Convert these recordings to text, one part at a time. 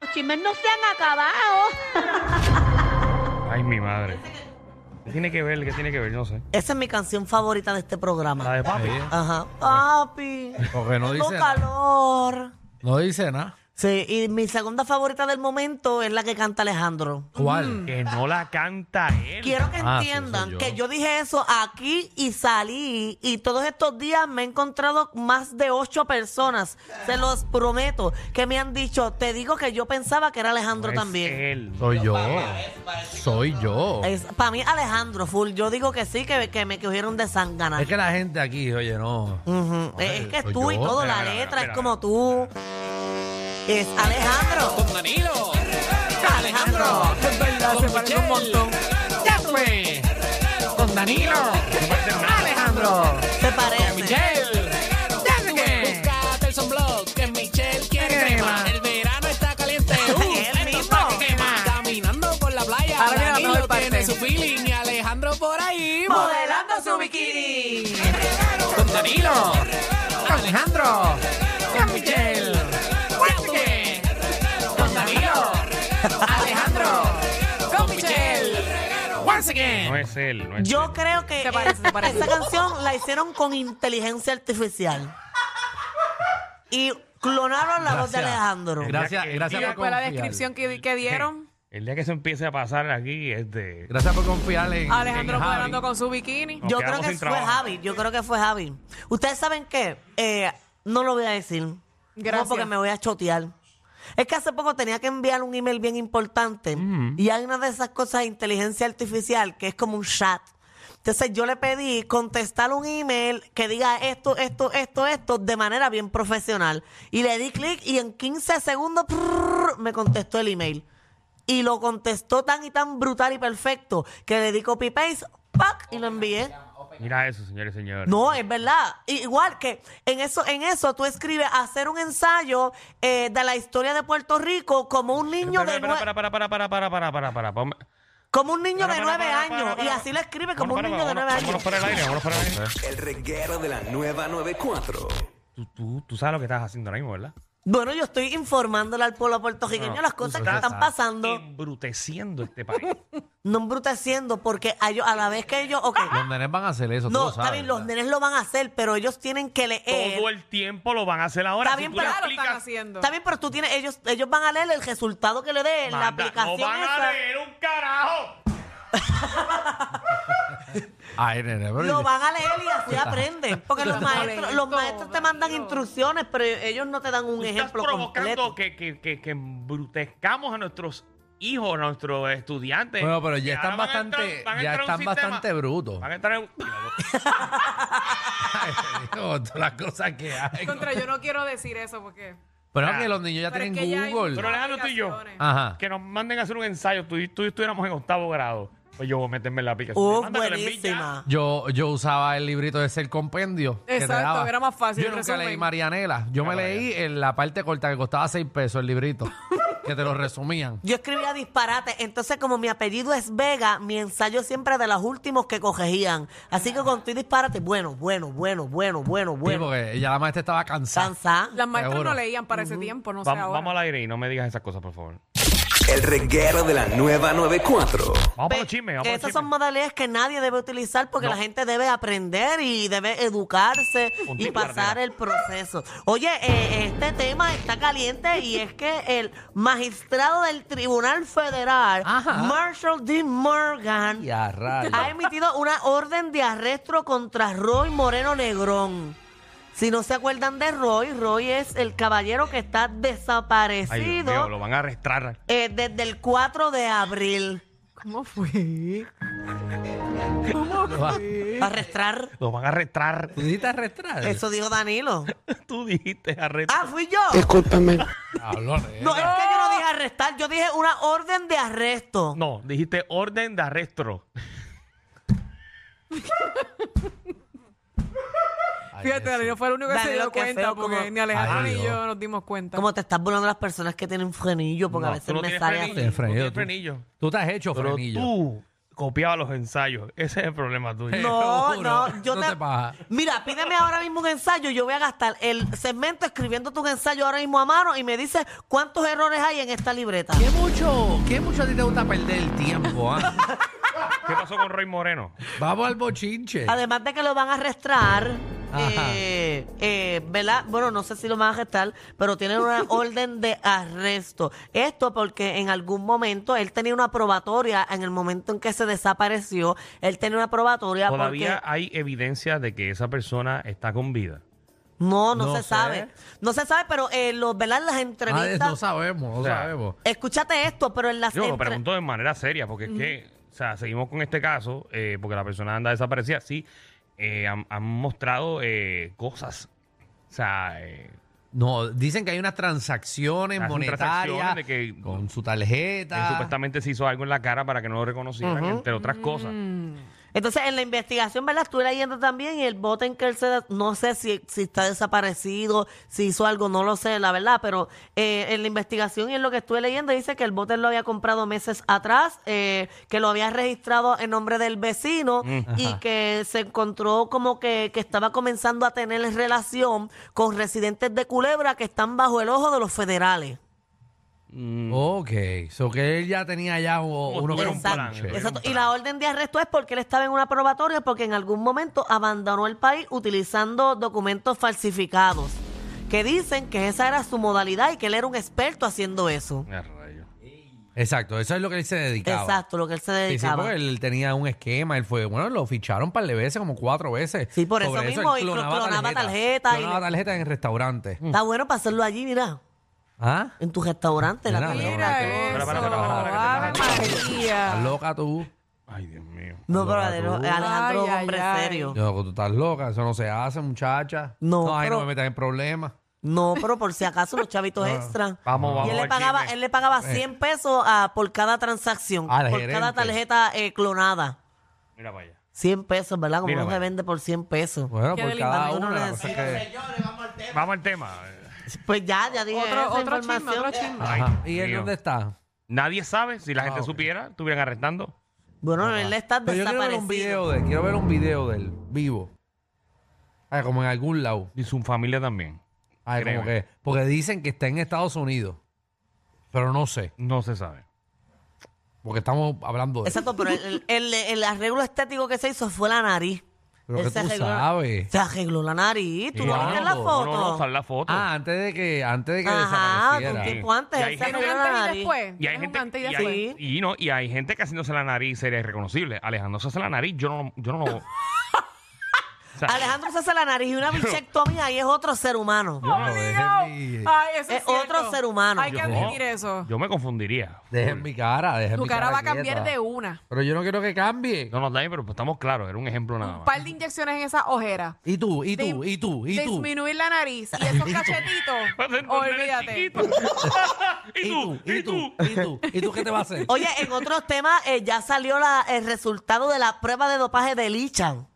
Los chismes no se han acabado. Ay, mi madre. ¿Qué tiene que ver? ¿Qué tiene que ver? No sé. Esa es mi canción favorita de este La programa. de papi. Ajá. Papi, Porque no tengo dice nada. calor. No dice nada. Sí, y mi segunda favorita del momento es la que canta Alejandro. Mm. ¿Cuál? Que no la canta él. Quiero que Ah, sí, entiendan soy yo. que yo dije eso aquí y salí. Y todos estos días me he encontrado más de ocho personas. Se los prometo que me han dicho, te digo que yo pensaba que era No Alejandro es también. Él. Soy yo. eh, Soy yo. Es, para mí Alejandro, full. Yo digo que sí, que, que me cogieron de sangana. Es que la gente aquí, oye, no. Ujú. Es, es que es soy tú y yo. todo, Mira, la mira, letra mira, es como tú. Es Alejandro. Con Alejandro. Se parece. Búscate el sunblock que Michelle quiere crema. El verano está caliente. Uh, Es el esto mismo. está que quema. Caminando por la playa. Ahora viene la Danilo mejor parte. tiene su feeling y Alejandro por ahí. Modelando su bikini. Con Danilo. Alejandro. Con Michelle. Fuerte. Con Danilo. Alejandro. Con Michelle. Once again. No es él. No es Yo él. creo que es- esa canción la hicieron con inteligencia artificial. Y clonaron la voz de Gracias. Alejandro. Gracias, que- gracias Diga por fue la confiar. descripción que, que dieron. El día que se empiece a pasar aquí, este. Gracias por confiar en Alejandro en Javi. volando con su bikini. Nos Yo quedamos creo que sin fue trabajo. Javi. Yo creo que fue Javi. Ustedes saben qué? Eh, no lo voy a decir. Gracias. No, porque me voy a chotear. Es que hace poco tenía que enviar un email bien importante y hay una de esas cosas de inteligencia artificial que es como un chat. Entonces yo le pedí contestar un email que diga esto, esto, esto, esto de manera bien profesional. Y le di clic y en 15 segundos prrr, me contestó el email. Y lo contestó tan y tan brutal y perfecto que le di copy paste, ¡pac! y lo envié. Mira eso, señores y señores. No, es verdad. I- Igual que en eso, en eso tú escribes hacer un ensayo eh, de la historia de Puerto Rico como un niño Espera, de espera, nueve, espera, para, para, para, para, para, para, para. Ponme- como un niño para, de para, nueve para, para, años para, y para. así lo escribe como un Bueno, niño de para, nueve vámonos- Vámonos años. para el aire, vámonos para el aire. El reguero de la nueva 94. Tú, tú, tú sabes lo que estás haciendo ahora mismo, ¿verdad? Bueno, yo estoy informándole al pueblo puertorriqueño las cosas que estás están pasando, Embruteciendo este país. no embruteciendo porque a, ellos- a la vez que ellos, ok, Los nenes van a hacer eso. tú no, lo está sabes, bien, los ¿verdad? nenes lo van a hacer, pero ellos tienen que leer. Todo el tiempo lo van a hacer ahora. Eh, Está Si bien, tú le Ya pero- lo están explicas- haciendo. Está bien, pero tú tienes, ellos, ellos van a leer el resultado que le dé la Manda, aplicación. No van esa. a leer un carajo. Ay, nene, pero Lo van a leer y así aprenden. Porque los maestros, los maestros te mandan instrucciones, pero ellos no te dan un Tú estás ejemplo provocando completo. que, que, que, que embrutezcamos a nuestros hijos, a nuestros estudiantes. Bueno, pero ya Que están ahora van a entrar- bastante- van a ya entrar a un están sistema- bastante brutos. Van a entrar en- Dios, todas las cosas que hay. Ah. Contra, yo no quiero decir eso porque. Pero que los niños ya pero tienen es que ya hay Google. Ah, Pero muchas Alejandro, tú y yo. aplicaciones. Ajá. que nos manden a hacer un ensayo. Tú, y- tú y estuviéramos en octavo grado. Pues yo voy a meterme en la aplicación. Oh, Mándame la envidia. buenísima. Yo, yo usaba el librito de ser compendio. que te Exacto, daba. era más fácil Yo el nunca resumen. leí Marianela. Yo me Ah, leí en la parte corta que costaba seis pesos el librito. que te lo resumían. Yo escribía disparate, entonces como mi apellido es Vega, mi ensayo siempre era de los últimos que cogían. Así que con tu disparate, bueno, bueno, bueno, bueno, bueno, Sí, bueno. porque ella la maestra estaba cansada. Sansa. Las maestras Seguro. no leían para ese tiempo, no sé Vamos, ahora. vamos al aire y no me digas esas cosas, por favor. El reguero de la nueva 94. Vamos por Pe- los chismes, vamos que por los esas chismes. son modalidades que nadie debe utilizar porque la gente debe aprender y debe educarse Punto y y pasar carrera. el proceso. Oye, eh, este tema está caliente y es que el magistrado del Tribunal Federal, Ajá. Marshall D. Morgan, Ya, rayos. ha emitido una orden de arresto contra Roy Moreno Negrón. Si no se acuerdan de Roy, Roy es el caballero que está desaparecido Ay, Dios mío, lo van a arrestar. eh, desde el 4 de abril. ¿Cómo fue? Arrestar. Lo van a arrestar. ¿Pudiste arrastrar? Eso dijo Danilo. Tú dijiste arrestar. Ah, fui yo. Habló, nena. No, es que yo no dije arrestar, yo dije una orden de arresto. No, dijiste orden de arresto. Ay, Fíjate, Jesús. Danilo fue el único que se Danilo, dio qué cuenta feo, porque como- ni Alejandro Ay, ni Dios. yo nos dimos cuenta. Como te estás burlando de las personas que tienen frenillo, porque a veces tú no me tienes sale frenillo. así. así. Frenillo, Frenillo, tú. frenillo. Tú te has hecho Pero frenillo. tú copiabas los ensayos. Ese es el problema tuyo. No, Seguro. no, yo No te... te pajas. Mira, pídeme ahora mismo un ensayo. Yo voy a gastar el segmento escribiendo tu ensayo ahora mismo a mano y me dices cuántos errores hay en esta libreta. ¿Qué mucho, qué mucho a ti te gusta perder el tiempo? ah? ¿Qué pasó con Roy Moreno? Vamos al bochinche. Además de que lo van a arrestar, Ajá. eh, eh, ¿verdad? Bueno, no sé si lo van a arrestar, pero tienen una orden de arresto. Esto porque en algún momento él tenía una probatoria, en el momento en que se desapareció, él tenía una probatoria Todavía porque hay evidencia de que esa persona está con vida. no, no, No se sé. sabe. No se sabe, pero eh, los, ¿verdad? Las Nadie- no entrevistas... Ah, sabemos, no O sea, sabemos. Escúchate esto, pero en las Yo lo entre- pregunto de manera seria, porque es que, o sea, seguimos con este caso, eh, porque la persona anda desaparecida. Sí, eh, han, han mostrado eh, cosas. O sea, eh, No, dicen que hay unas transacciones Hacen monetarias transacciones de que- con su él tarjeta. supuestamente se hizo algo en la cara para que no lo reconocieran, entre otras cosas. Mm. Entonces, en la investigación, ¿verdad? Estuve leyendo también y el bote en que él se... da- No sé si, si está desaparecido, si hizo algo, no lo sé, la verdad, pero eh, en la investigación y en lo que estuve leyendo dice que el bote lo había comprado meses atrás, eh, que lo había registrado en nombre del vecino y que se encontró como que, que estaba comenzando a tener relación con residentes de Culebra que están bajo el ojo de los federales. Ok, so que él ya tenía ya o- Como uno tuviera que un plan, ponche. tuviera Exacto. un Y plan. la orden de arresto es porque él estaba en una probatoria porque en algún momento abandonó el país utilizando documentos falsificados que dicen que esa era su modalidad y que él era un experto haciendo eso. Ah, rayos. Exacto, eso es lo que él se dedicaba. Exacto, lo que él se Sí, sí, dedicaba. porque él tenía un esquema, él fue, bueno, lo ficharon un par de veces, como cuatro veces. Sí, por eso Sobre mismo, él y clonaba tarjetas y Clonaba le- tarjetas en restaurantes. Está bueno para hacerlo allí, mira, ¿Ah? en tu restaurante. la Mira, tuya. Mira Espérate, eso. espérate, espérate, Ave ¿Estás María. loca tú? Ay, Dios mío. no, pero Alejandro. Alejandro es un Ay, hombre ay, ay. serio. No, tú estás loca, eso no se hace, muchacha. No, ay, pero- no me metas en problemas. No, pero por si acaso los chavitos extra. Vamos, vamos. Y él le al pagaba, chisme. él le pagaba 100 pesos ah, por cada transacción, Eh. Al por cada gerente. tarjeta eh, clonada. Mira para allá. 100 pesos, ¿verdad? Como Mira, no se bueno. vende por 100 pesos. Bueno, Qué por delito, cada no, uno. no la le cosa es que- Vamos al tema. Pues ya, ya dije Otro- esa Otro información. chisme, otro chisme. Ay, Ajá. ¿Y Dios él mío. dónde está? Nadie sabe si la gente ok. supiera, estuvieran arrestando. Bueno, él está Pero yo quiero ver un desaparecido. video de él, quiero ver un video de él, vivo. Ay, como en algún lado. Y su familia también. Ay, como Créeme. que, porque dicen que está en Estados Unidos. Pero no sé, No se sabe. porque estamos hablando de Exacto, pero el, el- el arreglo estético que se hizo fue la nariz. Pero Él que se tú arregló- sabes. Se arregló la nariz. ¿Tú no Claro. viste la No, foto? No, no, sale la foto. Ah, antes de que, antes de que Ajá, de un desapareciera. tiempo antes. Y Él hay se gente- arregló ¿Tienes un la antes y nariz. después? Y hay, ¿Tienes un gente, antes y y, después? hay, y no, y hay gente que haciéndose la nariz sería irreconocible. Alejandro se hace la nariz, yo no, yo no lo. O sea, Alejandro se hace la nariz y una bichectomía y es otro ser humano. Yo no, dejen mi, Ay, eso Es es cierto. otro ser humano. Hay que yo- admitir eso. Yo me confundiría. dejen mi cara, dejen Tu mi cara va a cambiar quieta. de una. Pero yo no quiero que cambie. No, no, está bien, pero pues estamos claros, era un ejemplo nada Un más. par de inyecciones en esa ojera. Y tú, y tú, y tú, y tú. Disminuir la nariz y esos Pues, cachetitos. Olvídate. ¿Y tú? y tú, y tú, y tú, ¿qué te va a hacer? Oye, en otros temas eh, ya salió la- el resultado de la prueba de dopaje de Lichan.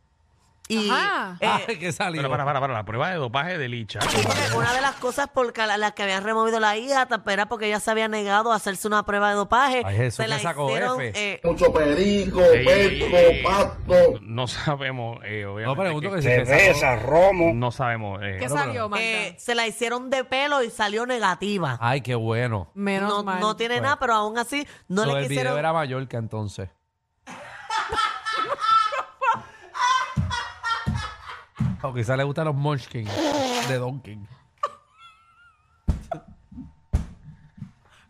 Y Ajá. eh, Ay, que salió. Pero para, para, para, la prueba de dopaje de Licha. Sí, porque una de las cosas por ca- las que habían removido la hija tampoco era porque ella se había negado a hacerse una prueba de dopaje. Ay, Jesús, se la que sacó hicieron, F. eh, Mucho perico, Ey, ey, pesco, ey, ey. pasto. No sabemos, eh, No obviamente. pregunto que- que si se sacó. romo. No sabemos. eh, ¿Qué salió, Magda? eh, se la hicieron de pelo y salió negativa. Ay, qué bueno. Ah, Menos no, mal. no tiene Bueno. nada, pero aún así no So, le el Pues, video quisieron. era Mallorca entonces. o quizá le gustan los Munchkin de Donkey.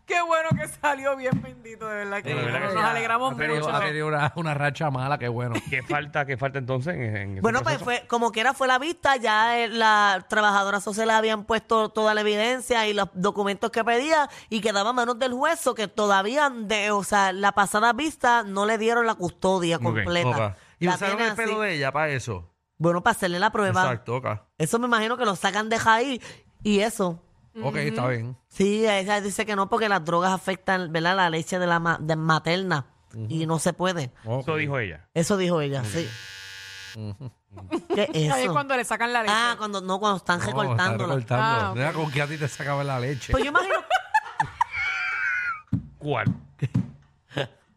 Qué bueno que salió bien bendito, de verdad que Sí, de verdad que nos sí. alegramos Ha tenido, mucho. ha tenido una, una racha mala, qué bueno. ¿Qué falta, qué falta entonces? en- en ese Bueno, pues proceso? fue, como quiera fue la vista, ya eh, la trabajadora social habían puesto toda la evidencia y los documentos que pedía y quedaba a manos del juez, o que todavía, de, o sea, la pasada vista no le dieron la custodia completa. La tiene así. de ella para eso. Bueno, para hacerle la prueba. ok. Eso me imagino que lo sacan de ahí y eso. Ok, está bien. Sí, ella dice que no porque las drogas afectan, ¿verdad? La leche de la ma- de materna y no se puede. Ok. Eso dijo ella. Eso dijo ella, sí. ¿Qué es Ahí es eso? cuando le sacan la leche. Ah, cuando no cuando están No, está recortándola. recortando. Ah, ok. Mira con qué a ti te sacaba la leche. Pues yo imagino ¿Cuál?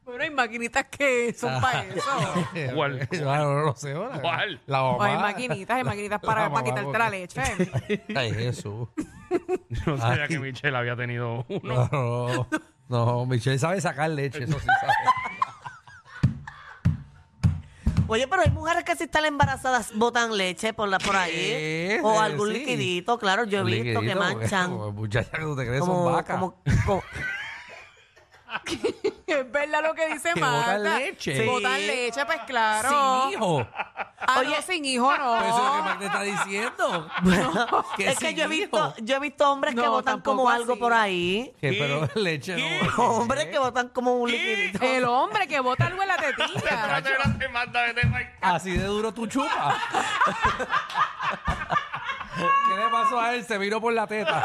Bueno, hay maquinitas que son para eso. ¿Cuál? Ah, no lo sé ahora. ¿Cuál? La mamá. O hay maquinitas, hay maquinitas para, la para mamá, quitarte la porque- leche. Ay, Jesús. No sabía Ay. que Michelle había tenido uno. No, no, no, Michelle sabe sacar leche, eso sí sabe. Oye, pero hay mujeres que si están embarazadas botan leche por la por ahí. Sí, O sí, algún Eh, sí. liquidito, claro, yo he visto que Liquidito, porque manchan. como Muchachas que tú te crees son Como, vacas. como, como- es verdad lo que dice Que Marta. botan leche. Sí. Botan Sí. leche, pues claro. Sin hijo. Ah, no, sin hijo no. Pero Eso es lo que Magda está diciendo. es que sin yo he visto, hijo. yo he visto hombres que No, botan como tampoco algo así. por ahí. Que pero leche no. Hombres que botan como un liquidito. El hombre que bota algo en la Ah, tetilla. Espérate, espérate, Magda, vete pa'l ca- Así de duro tú chupas. ¿Qué le pasó a él? Se miró por la teta.